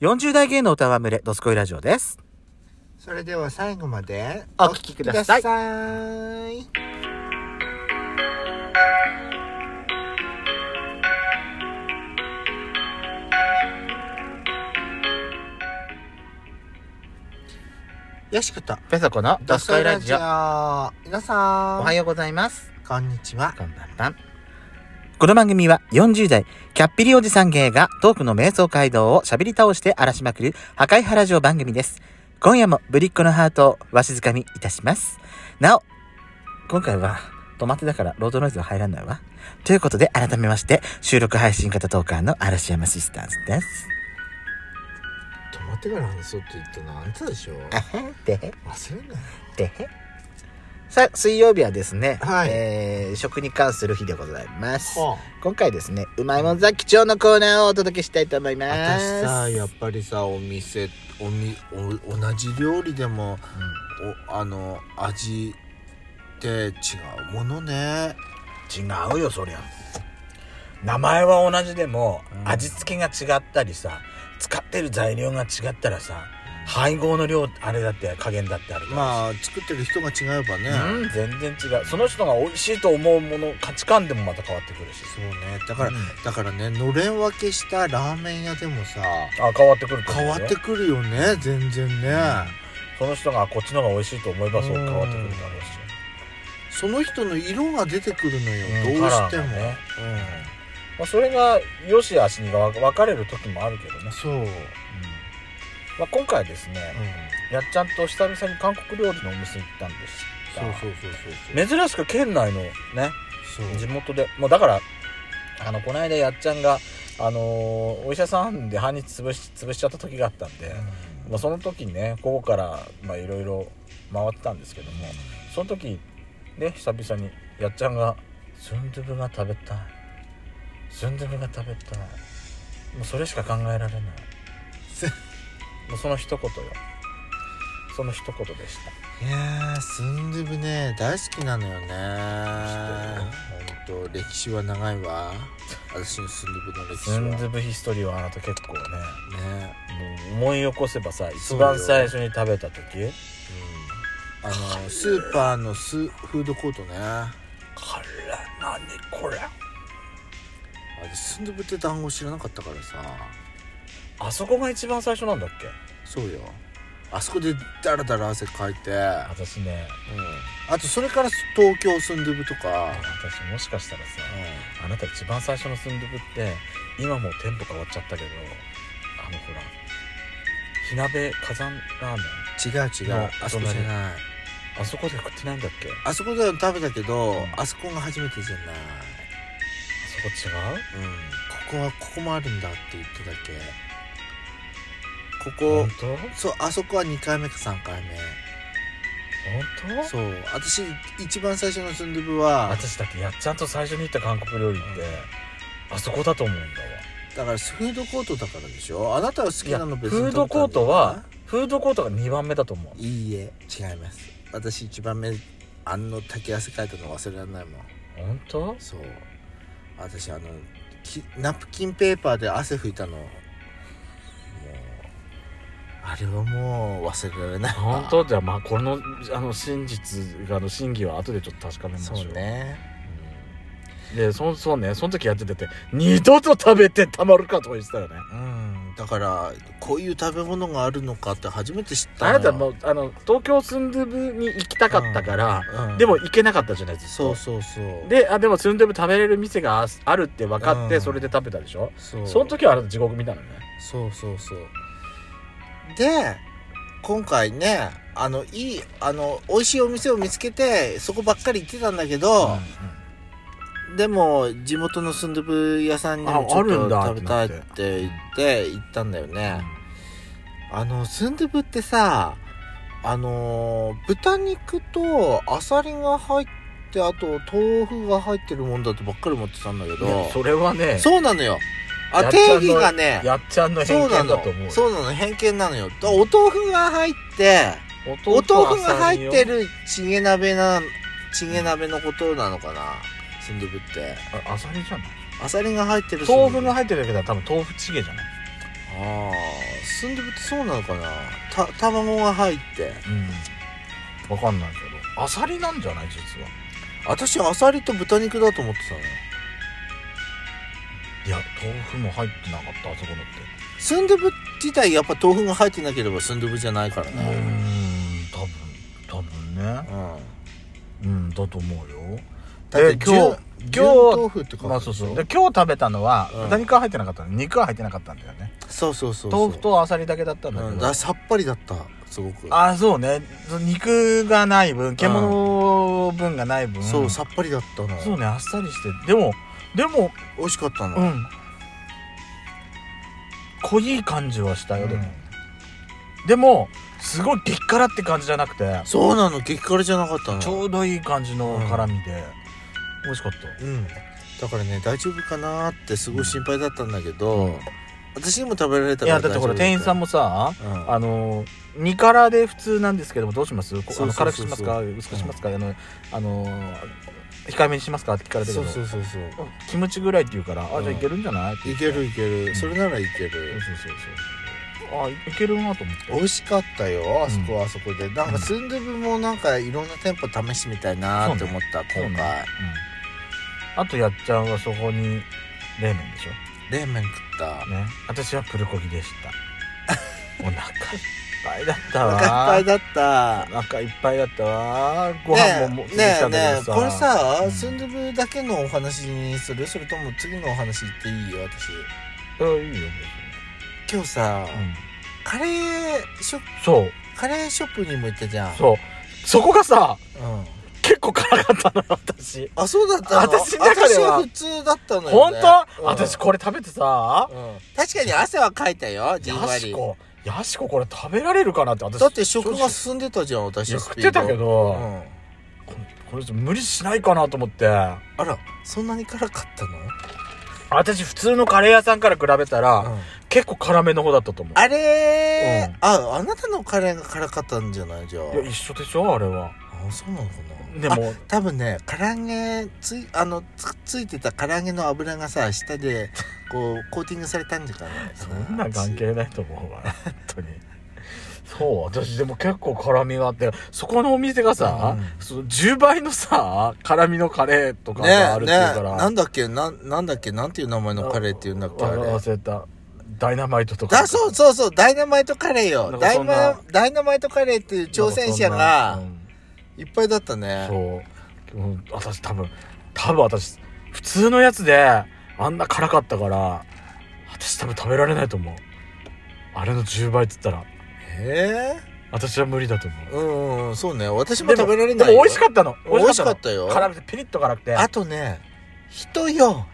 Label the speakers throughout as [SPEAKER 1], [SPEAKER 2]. [SPEAKER 1] 40代芸の歌は群れ、ドスコイラジオです。
[SPEAKER 2] それでは最後まで
[SPEAKER 1] お聞きください
[SPEAKER 2] お聞きさいよしこと、
[SPEAKER 1] ペソコのド
[SPEAKER 2] ド
[SPEAKER 1] ス
[SPEAKER 2] ス
[SPEAKER 1] コ
[SPEAKER 2] コ
[SPEAKER 1] イ
[SPEAKER 2] イ
[SPEAKER 1] ラ
[SPEAKER 2] ラ
[SPEAKER 1] ジ
[SPEAKER 2] ジ
[SPEAKER 1] オ
[SPEAKER 2] オ。。皆さん、
[SPEAKER 1] おはようございます。
[SPEAKER 2] こんにちは。
[SPEAKER 1] こんばんは。この番組は40代、キャッピリおじさん芸がトークの瞑想街道を喋り倒して荒らしまくる破壊原城番組です。今夜もぶりっ子のハートをわしづかみいたします。なお、今回は止まってだからロードノイズは入らないわ。ということで改めまして収録配信型トーカーの嵐山シスターズです。
[SPEAKER 2] 止まってから話そうって言ったのあんたでしょ
[SPEAKER 1] あへんて
[SPEAKER 2] 忘れんなよ。
[SPEAKER 1] へんてへんさあ、水曜日はですね、
[SPEAKER 2] はい
[SPEAKER 1] えー食に関する日でございます。
[SPEAKER 2] あ
[SPEAKER 1] 今回ですねうまいもんザ貴重のコーナーをお届けしたいと思います
[SPEAKER 2] 私さ、やっぱりさ、お店、おみ、お、同じ料理でも、おあの味って違うものね
[SPEAKER 1] うん違うよそりゃ名前は同じでも、
[SPEAKER 2] うん
[SPEAKER 1] 味付けが違ったりさ使ってる材料が違ったらさ配合の量あれだって加減だってあるから
[SPEAKER 2] まあ作ってる人が違えばね、
[SPEAKER 1] うん、全然違うその人が美味しいと思うもの価値観でもまた変わってくるし
[SPEAKER 2] そうねだから、
[SPEAKER 1] うん
[SPEAKER 2] だからねのれん分けしたラーメン屋でもさ
[SPEAKER 1] あ変わってくる
[SPEAKER 2] 変わって
[SPEAKER 1] る
[SPEAKER 2] くるよね全然ね、
[SPEAKER 1] その人がこっちの方が美味しいと思えばそう
[SPEAKER 2] うん
[SPEAKER 1] 変わってくるだろうし
[SPEAKER 2] その人の色が出てくるのよ、
[SPEAKER 1] うん
[SPEAKER 2] どうし
[SPEAKER 1] カ
[SPEAKER 2] て
[SPEAKER 1] ラー
[SPEAKER 2] も、
[SPEAKER 1] がねまあ、それが良し悪しにが分かれる時もあるけどね、
[SPEAKER 2] そう、うん
[SPEAKER 1] まあ、今回ですね、やっちゃんと久々に韓国料理のお店行ったんです
[SPEAKER 2] そうそうそうそうそう
[SPEAKER 1] 珍しく県内のね
[SPEAKER 2] そう
[SPEAKER 1] 地元でもうだからあのこの間やっちゃんが、あのーお医者さんで半日潰し潰しちゃった時があったんで、まあ、その時にね午後からまあいろいろ回ってたんですけどもその時ね久々にやっちゃんが「スンドゥブが食べたい」「スンドゥブが食べたい」もうそれしか考えられない
[SPEAKER 2] す
[SPEAKER 1] もうその一言よその一言でした
[SPEAKER 2] いやースンドゥブね大好きなのよね
[SPEAKER 1] 知
[SPEAKER 2] 本当歴史は長いわ私のスンドゥブの歴史
[SPEAKER 1] ス
[SPEAKER 2] は
[SPEAKER 1] ンドゥブヒストリーはあなた結構ね
[SPEAKER 2] ね
[SPEAKER 1] もう思い起こせばさ一
[SPEAKER 2] そうよ
[SPEAKER 1] 番最初に食べた時
[SPEAKER 2] うん、あのスーパーのスフードコートねあ
[SPEAKER 1] から何これ
[SPEAKER 2] れスンドゥブって単語知らなかったからさ
[SPEAKER 1] あそこが一番最初なんだっけ
[SPEAKER 2] そうよあそこでダラダラ汗かいて、うん、
[SPEAKER 1] 私ね
[SPEAKER 2] あとそれから東京スンドゥブとか、
[SPEAKER 1] 私もしかしたらさ
[SPEAKER 2] う
[SPEAKER 1] あなた一番最初のスンドゥブって今もう店舗変わっちゃったけどあのほら火鍋火山ラーメン
[SPEAKER 2] ん、違う違
[SPEAKER 1] も
[SPEAKER 2] う
[SPEAKER 1] う
[SPEAKER 2] あそこじゃ
[SPEAKER 1] 隣
[SPEAKER 2] ない
[SPEAKER 1] あそこで食ってないんだっけあ
[SPEAKER 2] あそこでは食べたけど、
[SPEAKER 1] ん
[SPEAKER 2] あそこが初めてじゃない
[SPEAKER 1] そこ違う
[SPEAKER 2] うんここはここもあるんだって言っただけここ、
[SPEAKER 1] 本当本
[SPEAKER 2] そうあそこは2回目か3回目
[SPEAKER 1] 当
[SPEAKER 2] そう私一番最初のスンドゥブは
[SPEAKER 1] 私だってやっちゃんと最初に行った韓国料理ってあそこだと思うんだわ
[SPEAKER 2] だからフードコートだからでしょあなたは好き
[SPEAKER 1] いや
[SPEAKER 2] な
[SPEAKER 1] フ
[SPEAKER 2] の別に
[SPEAKER 1] ードコートはフードコートが2番目だと思う
[SPEAKER 2] いいえ違います私一番目あの竹汗かいたの忘れられないもん
[SPEAKER 1] 本当
[SPEAKER 2] そう私あのきナプキンペーパーで汗拭いたのもうあれはもう忘れられないわ
[SPEAKER 1] 本当じゃあまあこのあの真実があの真偽は後でちょっと確かめましょう
[SPEAKER 2] そうね
[SPEAKER 1] うんでそそうねその時やっててて二度と食べてたまるかとか言ってたよね
[SPEAKER 2] うんだからこういう食べ物があるのかって初めて知った
[SPEAKER 1] あ
[SPEAKER 2] の
[SPEAKER 1] なた
[SPEAKER 2] よ
[SPEAKER 1] もうあの東京スンドゥブに行きたかったから、
[SPEAKER 2] うん
[SPEAKER 1] でも行けなかったじゃないですか
[SPEAKER 2] そうそうそう
[SPEAKER 1] であでもスンドゥブ食べれる店がああるって分かって、
[SPEAKER 2] うん
[SPEAKER 1] それで食べたでしょ
[SPEAKER 2] そう
[SPEAKER 1] その時はあなた地獄見たのね
[SPEAKER 2] そうそうそうで今回ねあのいいあの美味しいお店を見つけてそこばっかり行ってたんだけど、でも地元のスンドゥブ屋さんに
[SPEAKER 1] あ
[SPEAKER 2] もちょっ
[SPEAKER 1] あるんだ
[SPEAKER 2] と
[SPEAKER 1] っ
[SPEAKER 2] 食
[SPEAKER 1] て
[SPEAKER 2] べ
[SPEAKER 1] な
[SPEAKER 2] た
[SPEAKER 1] っ
[SPEAKER 2] い
[SPEAKER 1] て
[SPEAKER 2] って言って行ったんだよね、あのスンドゥブってさあの豚肉とアサリが入ってあと豆腐が入ってるもんだとばっかり思ってたんだけ
[SPEAKER 1] いや
[SPEAKER 2] ど
[SPEAKER 1] それはね
[SPEAKER 2] そうなのよあ
[SPEAKER 1] やっちゃ
[SPEAKER 2] 定
[SPEAKER 1] んの
[SPEAKER 2] 義がね
[SPEAKER 1] やっちゃんの
[SPEAKER 2] そ
[SPEAKER 1] 偏
[SPEAKER 2] うな
[SPEAKER 1] 見だ
[SPEAKER 2] の
[SPEAKER 1] と思うよ
[SPEAKER 2] そうなの偏見なのよだお豆腐が入ってお
[SPEAKER 1] お
[SPEAKER 2] 豆腐が入って
[SPEAKER 1] る
[SPEAKER 2] るチゲ鍋なチゲ鍋のことなのかなスンドゥブって
[SPEAKER 1] あさりじゃない
[SPEAKER 2] アサリが入ってる
[SPEAKER 1] 豆腐が
[SPEAKER 2] あ
[SPEAKER 1] 入ってるだけだ多分豆腐チゲじゃない
[SPEAKER 2] あースンドゥブってそうなのかなた卵が入って
[SPEAKER 1] うん分かんないけどアサリなんじゃない実は
[SPEAKER 2] 私アサリと豚肉だと思ってたのよ
[SPEAKER 1] いや豆腐も入ってなかったあそこのっ
[SPEAKER 2] スンドゥブ自体やっぱ豆腐が入ってなければスンドゥブじゃないから
[SPEAKER 1] てう
[SPEAKER 2] ね
[SPEAKER 1] ん多分多分ね
[SPEAKER 2] うん、
[SPEAKER 1] うんだと思うよ
[SPEAKER 2] だって
[SPEAKER 1] で
[SPEAKER 2] 今日
[SPEAKER 1] 今日
[SPEAKER 2] 豆腐って書くでしょ
[SPEAKER 1] まあそうそうで今日食べたのは
[SPEAKER 2] うん
[SPEAKER 1] 豚肉は入ってなかったの肉は入ってなかったんだよね
[SPEAKER 2] そうそうそうそう
[SPEAKER 1] 豆腐とアサリだけだったんだ
[SPEAKER 2] う
[SPEAKER 1] け
[SPEAKER 2] ん、
[SPEAKER 1] ど
[SPEAKER 2] ださっぱりだったすごく
[SPEAKER 1] あそうねその肉がない分獣分がない分
[SPEAKER 2] そうさっぱりだったの
[SPEAKER 1] そうねあっさりしてでもでも
[SPEAKER 2] 美味しかったの、
[SPEAKER 1] うん濃い感じはしたよでも、でもすごい激辛って感じじゃなくて
[SPEAKER 2] そうなの激辛じゃなかったの
[SPEAKER 1] ちょうどいい感じの辛みで、美味しかった
[SPEAKER 2] うんだからね大丈夫かなーってすごい心配だったんだけど、私にも食べられた
[SPEAKER 1] い
[SPEAKER 2] から
[SPEAKER 1] や
[SPEAKER 2] 大丈
[SPEAKER 1] だって
[SPEAKER 2] 夫
[SPEAKER 1] これ店員さん
[SPEAKER 2] も、
[SPEAKER 1] もさ
[SPEAKER 2] うん、
[SPEAKER 1] あの煮辛で普通なんですけどもどうしますこ
[SPEAKER 2] そう
[SPEAKER 1] あ
[SPEAKER 2] そう
[SPEAKER 1] の
[SPEAKER 2] そ
[SPEAKER 1] 辛く
[SPEAKER 2] うそう
[SPEAKER 1] しますか薄くしますか、あのあの控えめにしますかって聞かれたけ
[SPEAKER 2] そ
[SPEAKER 1] ど
[SPEAKER 2] うそうそうそう
[SPEAKER 1] あキムチぐらいって言うからあ
[SPEAKER 2] うん
[SPEAKER 1] じゃあいけるんじゃないって言
[SPEAKER 2] い
[SPEAKER 1] っ
[SPEAKER 2] け
[SPEAKER 1] て
[SPEAKER 2] るいける、
[SPEAKER 1] ん
[SPEAKER 2] それならいけ
[SPEAKER 1] そ
[SPEAKER 2] る
[SPEAKER 1] うそうそうそうあいけるなと思って
[SPEAKER 2] 美味しかったよあそこ
[SPEAKER 1] う
[SPEAKER 2] はあそこで、なん
[SPEAKER 1] う
[SPEAKER 2] か
[SPEAKER 1] ん
[SPEAKER 2] スンドゥブもなんかいろんな店舗試してみたいなーって思った、
[SPEAKER 1] そうね
[SPEAKER 2] 今
[SPEAKER 1] う
[SPEAKER 2] 回
[SPEAKER 1] ん、あとやっちゃんはそこに冷麺でしょ
[SPEAKER 2] 冷麺食った
[SPEAKER 1] ね私はプルコギでした お腹いっぱいだった
[SPEAKER 2] お
[SPEAKER 1] わ
[SPEAKER 2] 腹いっぱいだった
[SPEAKER 1] お腹いっぱいだったわご
[SPEAKER 2] ね
[SPEAKER 1] 飯ももう出てき
[SPEAKER 2] えね
[SPEAKER 1] た
[SPEAKER 2] え
[SPEAKER 1] ん
[SPEAKER 2] ね
[SPEAKER 1] だ
[SPEAKER 2] え
[SPEAKER 1] けど
[SPEAKER 2] これさ、
[SPEAKER 1] うん
[SPEAKER 2] スンドゥブだけのお話にするそれとも次のお話言っていいよ私
[SPEAKER 1] うんいいよ
[SPEAKER 2] 今日さ、
[SPEAKER 1] 別に、うん、
[SPEAKER 2] カレーショップ
[SPEAKER 1] そう
[SPEAKER 2] カレーショップにも行ったじゃん
[SPEAKER 1] そうそこがさ
[SPEAKER 2] うん、
[SPEAKER 1] 結構辛かったの私
[SPEAKER 2] あそうだったの
[SPEAKER 1] 私の中では
[SPEAKER 2] 私普通だったのよ、
[SPEAKER 1] 本
[SPEAKER 2] ね、
[SPEAKER 1] 当、
[SPEAKER 2] うん
[SPEAKER 1] 私これ食べてさ
[SPEAKER 2] うん確かに汗はかいたよじんわ
[SPEAKER 1] ヤ
[SPEAKER 2] り
[SPEAKER 1] シコヤシコこれ食べられるかなって私
[SPEAKER 2] だって食
[SPEAKER 1] 正
[SPEAKER 2] が進んでたじゃん私
[SPEAKER 1] 直いや
[SPEAKER 2] ス
[SPEAKER 1] 食っ
[SPEAKER 2] ピー
[SPEAKER 1] て
[SPEAKER 2] ド
[SPEAKER 1] たけ
[SPEAKER 2] う
[SPEAKER 1] ど、
[SPEAKER 2] ん、
[SPEAKER 1] ここれちょっと無理しないかなと思って
[SPEAKER 2] あらそんなに辛かったの、
[SPEAKER 1] 私普通のカレー屋さんから比べたら、
[SPEAKER 2] うん
[SPEAKER 1] 結構辛めの方だったと思う
[SPEAKER 2] あれー、
[SPEAKER 1] うん
[SPEAKER 2] ああなたのカレーが辛かったんじゃないじゃあ
[SPEAKER 1] いや一緒でしょあれは
[SPEAKER 2] あそうなのかな
[SPEAKER 1] で
[SPEAKER 2] あ
[SPEAKER 1] も
[SPEAKER 2] 多分ね唐揚げついあのつついてた唐揚げの油がさ下でこうコーティングされたんじゃないか
[SPEAKER 1] そ
[SPEAKER 2] な
[SPEAKER 1] な
[SPEAKER 2] ん
[SPEAKER 1] 関係ないと思うわ本当にそう私でも結構辛みがあってそこのお店がさ、
[SPEAKER 2] うん
[SPEAKER 1] その10倍のさ辛みのカレーとか
[SPEAKER 2] ね
[SPEAKER 1] があ
[SPEAKER 2] え
[SPEAKER 1] るっ
[SPEAKER 2] ね
[SPEAKER 1] ていうか
[SPEAKER 2] え
[SPEAKER 1] ら、
[SPEAKER 2] なんだっけなんなんだっけなんていう名前のカレーっていうんだっけあれ
[SPEAKER 1] 忘れたダイナマイトとか
[SPEAKER 2] だそうそうそうダイナマイトカレーよ
[SPEAKER 1] なん
[SPEAKER 2] ダ
[SPEAKER 1] か
[SPEAKER 2] イ
[SPEAKER 1] そんな
[SPEAKER 2] ナダイナマイトカレーっていう挑戦者がいっぱいだったね
[SPEAKER 1] そう、うん私多分多分私普通のやつであんな辛かったから私多分食べられないと思うあれの10倍っつったら
[SPEAKER 2] へ
[SPEAKER 1] 私は無理だと思
[SPEAKER 2] え
[SPEAKER 1] う
[SPEAKER 2] うんうんそうね私も
[SPEAKER 1] でも
[SPEAKER 2] 食べられ
[SPEAKER 1] で
[SPEAKER 2] ない
[SPEAKER 1] も美味しかったの
[SPEAKER 2] 美味しかった
[SPEAKER 1] の
[SPEAKER 2] よ
[SPEAKER 1] 辛くてピリッと辛くて
[SPEAKER 2] あとね人よ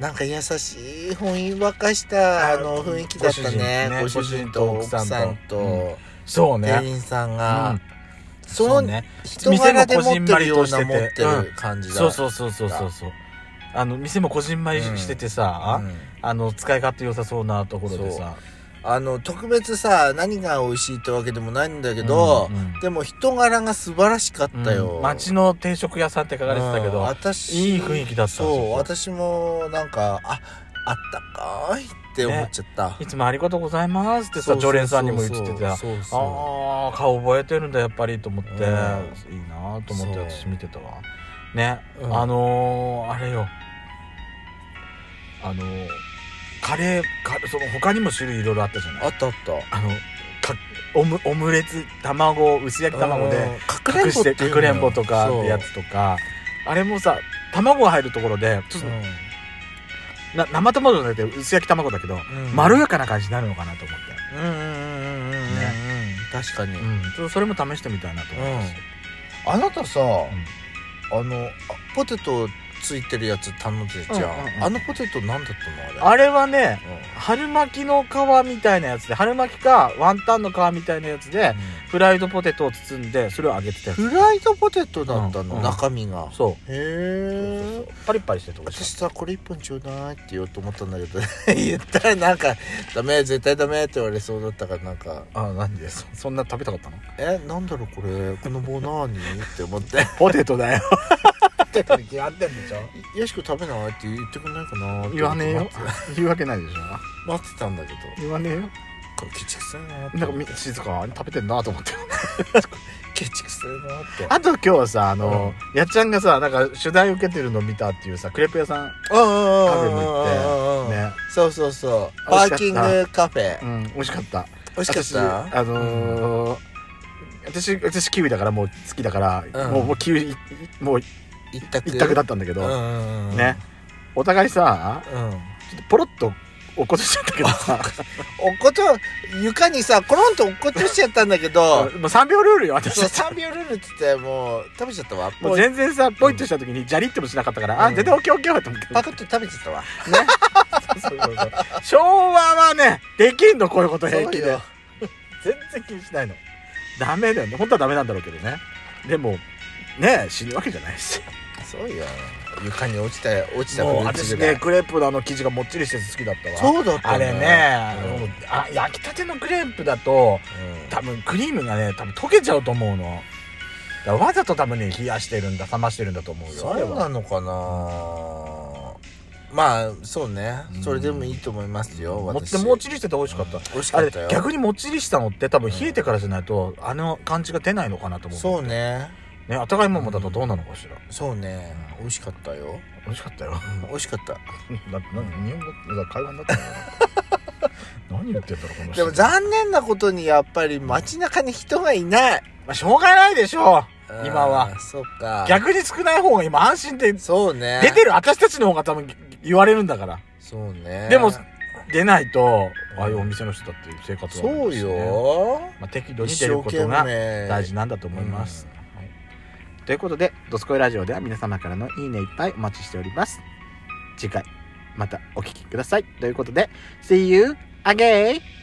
[SPEAKER 2] なんか優しい本意沸かしたあ
[SPEAKER 1] あ
[SPEAKER 2] の雰囲気だったねご
[SPEAKER 1] ご主
[SPEAKER 2] 主人
[SPEAKER 1] 人
[SPEAKER 2] と
[SPEAKER 1] と
[SPEAKER 2] 奥
[SPEAKER 1] 奥
[SPEAKER 2] さ
[SPEAKER 1] さ
[SPEAKER 2] ん
[SPEAKER 1] ん
[SPEAKER 2] と、
[SPEAKER 1] とそう
[SPEAKER 2] 店
[SPEAKER 1] ね
[SPEAKER 2] 員さん
[SPEAKER 1] う
[SPEAKER 2] が
[SPEAKER 1] ん、
[SPEAKER 2] そ
[SPEAKER 1] そう
[SPEAKER 2] の
[SPEAKER 1] ね
[SPEAKER 2] 人柄で持ってるような持ってる感じだ
[SPEAKER 1] そうそうそうそうそうそうあの店もこじんまりしててさ、
[SPEAKER 2] うん
[SPEAKER 1] あの使い勝手良さそうなところでさ
[SPEAKER 2] あの特別さ何が美味しいってわけでもないんだけど、
[SPEAKER 1] うんうん
[SPEAKER 2] でも人柄が素晴らしかったよ、
[SPEAKER 1] うん街の定食屋さんって書かれてたけど、
[SPEAKER 2] うん私
[SPEAKER 1] いい雰囲気だった
[SPEAKER 2] そう
[SPEAKER 1] あそこ
[SPEAKER 2] 私もなんかああったかいって思っちゃった、
[SPEAKER 1] いつもありがとうございますって
[SPEAKER 2] そうそうそ
[SPEAKER 1] さ
[SPEAKER 2] う
[SPEAKER 1] 常連さんにも言っててあ
[SPEAKER 2] そうそう
[SPEAKER 1] あー顔覚えてるんだやっぱりと思って、
[SPEAKER 2] うん
[SPEAKER 1] いいなと思って
[SPEAKER 2] そう
[SPEAKER 1] 私見てたわね、
[SPEAKER 2] うん
[SPEAKER 1] あのー、あれよあのー、カレーかその他にも種類いろいろあったじゃない
[SPEAKER 2] あ
[SPEAKER 1] あ
[SPEAKER 2] ったあった
[SPEAKER 1] のかオムオムレツ卵薄焼き卵で、
[SPEAKER 2] うん
[SPEAKER 1] 隠して
[SPEAKER 2] いうの
[SPEAKER 1] かくれんぼとか
[SPEAKER 2] そ
[SPEAKER 1] っ
[SPEAKER 2] う
[SPEAKER 1] てやつとかあれもさ卵が入るところでちょっと、
[SPEAKER 2] う
[SPEAKER 1] な生卵じゃなくて薄焼き卵だけど、
[SPEAKER 2] ん
[SPEAKER 1] まろやかな感じになるのかなと思って、
[SPEAKER 2] んうんうんうんうんうんうん
[SPEAKER 1] ね
[SPEAKER 2] 確かに、
[SPEAKER 1] ちょっとそれも試してみたいなと思います、
[SPEAKER 2] あなたさ、あのあポテトついてるやつ頼んでるじゃん,、
[SPEAKER 1] うんうんうん
[SPEAKER 2] あのポテトなんだったのあ
[SPEAKER 1] あ
[SPEAKER 2] れ
[SPEAKER 1] れはね
[SPEAKER 2] うん
[SPEAKER 1] 春巻きの皮みたいなやつで春巻きかワンタンの皮みたいなやつでフライドポテトを包んでそれを揚げてたやつ
[SPEAKER 2] フライドポテトだった
[SPEAKER 1] う
[SPEAKER 2] の、
[SPEAKER 1] んうん
[SPEAKER 2] 中身が
[SPEAKER 1] そ
[SPEAKER 2] へ
[SPEAKER 1] うそう
[SPEAKER 2] え
[SPEAKER 1] そうパリッパリしてて美味
[SPEAKER 2] 私
[SPEAKER 1] し
[SPEAKER 2] さこれ一本ちょうだいって言おうと思ったんだけど 言ったらなんか「ダメ絶対ダメ」って言われそうだったからなんか
[SPEAKER 1] かったあ何でそそんな食べたかったの
[SPEAKER 2] 「えなんだろうこれこの棒何?」って 思って
[SPEAKER 1] ポテトだよポテトに決まってんでしょ
[SPEAKER 2] 「よしこ食べない?」って言ってくんないかなって
[SPEAKER 1] 言わねえよ
[SPEAKER 2] 待って
[SPEAKER 1] 言うわけないでしょ
[SPEAKER 2] 待ってたんだけど
[SPEAKER 1] 言わねえよ
[SPEAKER 2] これケチくせえなって
[SPEAKER 1] なんかみ静かに食べてんなと思って
[SPEAKER 2] ケチくせえなって
[SPEAKER 1] あと今日はさあの、やっちゃんがさなんか取材受けてるの見たっていうさクレープ屋さん
[SPEAKER 2] ああ
[SPEAKER 1] カフェに行ってね
[SPEAKER 2] そうそうそう
[SPEAKER 1] 美
[SPEAKER 2] パ
[SPEAKER 1] 味しかった
[SPEAKER 2] ーキングカフェ
[SPEAKER 1] うん美味しかった
[SPEAKER 2] 美味しかった
[SPEAKER 1] 私あのー私私キウイだからもう好きだから、
[SPEAKER 2] うん
[SPEAKER 1] もうもうキウイいいもう
[SPEAKER 2] 一択
[SPEAKER 1] 一択だ
[SPEAKER 2] っ
[SPEAKER 1] ったんだけ
[SPEAKER 2] た
[SPEAKER 1] ど、
[SPEAKER 2] うんうん
[SPEAKER 1] ねお互いさ
[SPEAKER 2] うんうん
[SPEAKER 1] ちょっとポロッと落っことしちゃったけどさ
[SPEAKER 2] 落っこと床にさコロンと落っことしちゃったんだけど
[SPEAKER 1] もう3秒ルールよ私
[SPEAKER 2] そう3秒ルールっつってもう食べちゃったわ
[SPEAKER 1] もう全然さポイッとした時にジャリッともしなかったから、あ
[SPEAKER 2] うん
[SPEAKER 1] 全然オッケーオッケーと思って
[SPEAKER 2] パクッと食べちゃったわ
[SPEAKER 1] そうそうそう昭和はねできんのこういうこと平気
[SPEAKER 2] そう
[SPEAKER 1] で
[SPEAKER 2] よ
[SPEAKER 1] 全然気にしないのダメだよね本当はダメなんだろうけどねでもね死ぬわけじゃないし
[SPEAKER 2] そうよ床に落ちた落ちた
[SPEAKER 1] もう
[SPEAKER 2] フルー
[SPEAKER 1] 私
[SPEAKER 2] ツ
[SPEAKER 1] ね
[SPEAKER 2] が
[SPEAKER 1] クレープのあの生地がもっちりしてて好きだったわ
[SPEAKER 2] そうだった
[SPEAKER 1] あれね、
[SPEAKER 2] うん
[SPEAKER 1] もうあ焼きたてのクレープだと多分クリームがね多分溶けちゃうと思うのだからわざと多分ね冷やしてるんだ冷ましてるんだと思うよ
[SPEAKER 2] そうな
[SPEAKER 1] の
[SPEAKER 2] のかなまあそうね
[SPEAKER 1] うん
[SPEAKER 2] それでもいいと思いますよ
[SPEAKER 1] もっ
[SPEAKER 2] 私
[SPEAKER 1] てもっちりしてて美味しかった、
[SPEAKER 2] うん美味し
[SPEAKER 1] あ
[SPEAKER 2] かっ
[SPEAKER 1] れ
[SPEAKER 2] たよ
[SPEAKER 1] 逆にもっちりしたのって多分冷えてからじゃないと、あの感じが出ないのかなと思う
[SPEAKER 2] そうね
[SPEAKER 1] ね温かいままだとどうなのかしら、
[SPEAKER 2] そうね美味しかったよ
[SPEAKER 1] 美味しかったよ
[SPEAKER 2] 美味しかった
[SPEAKER 1] だって何日本語だから会話になったよ 何言ってんだろうこの
[SPEAKER 2] で
[SPEAKER 1] 人
[SPEAKER 2] も残念なことにやっぱり街中に人がいない
[SPEAKER 1] まあ、しょうがないでしょう今
[SPEAKER 2] あ
[SPEAKER 1] は
[SPEAKER 2] ーそうか
[SPEAKER 1] 逆に少ない方が今安心って
[SPEAKER 2] そうね
[SPEAKER 1] 出てる私たちの方が多分言われるんだから
[SPEAKER 2] そうね
[SPEAKER 1] でも出ないとああいうお店の人だっていう生活はあるん
[SPEAKER 2] そう
[SPEAKER 1] ですね
[SPEAKER 2] よ
[SPEAKER 1] まあ、適度に
[SPEAKER 2] 一
[SPEAKER 1] 出る
[SPEAKER 2] 生
[SPEAKER 1] こと
[SPEAKER 2] 懸
[SPEAKER 1] が
[SPEAKER 2] 命
[SPEAKER 1] 大事なんだと思います、はいということで「どすこいラジオ」では皆様からのいいねいっぱいお待ちしております次回またお聞きくださいということで See you again!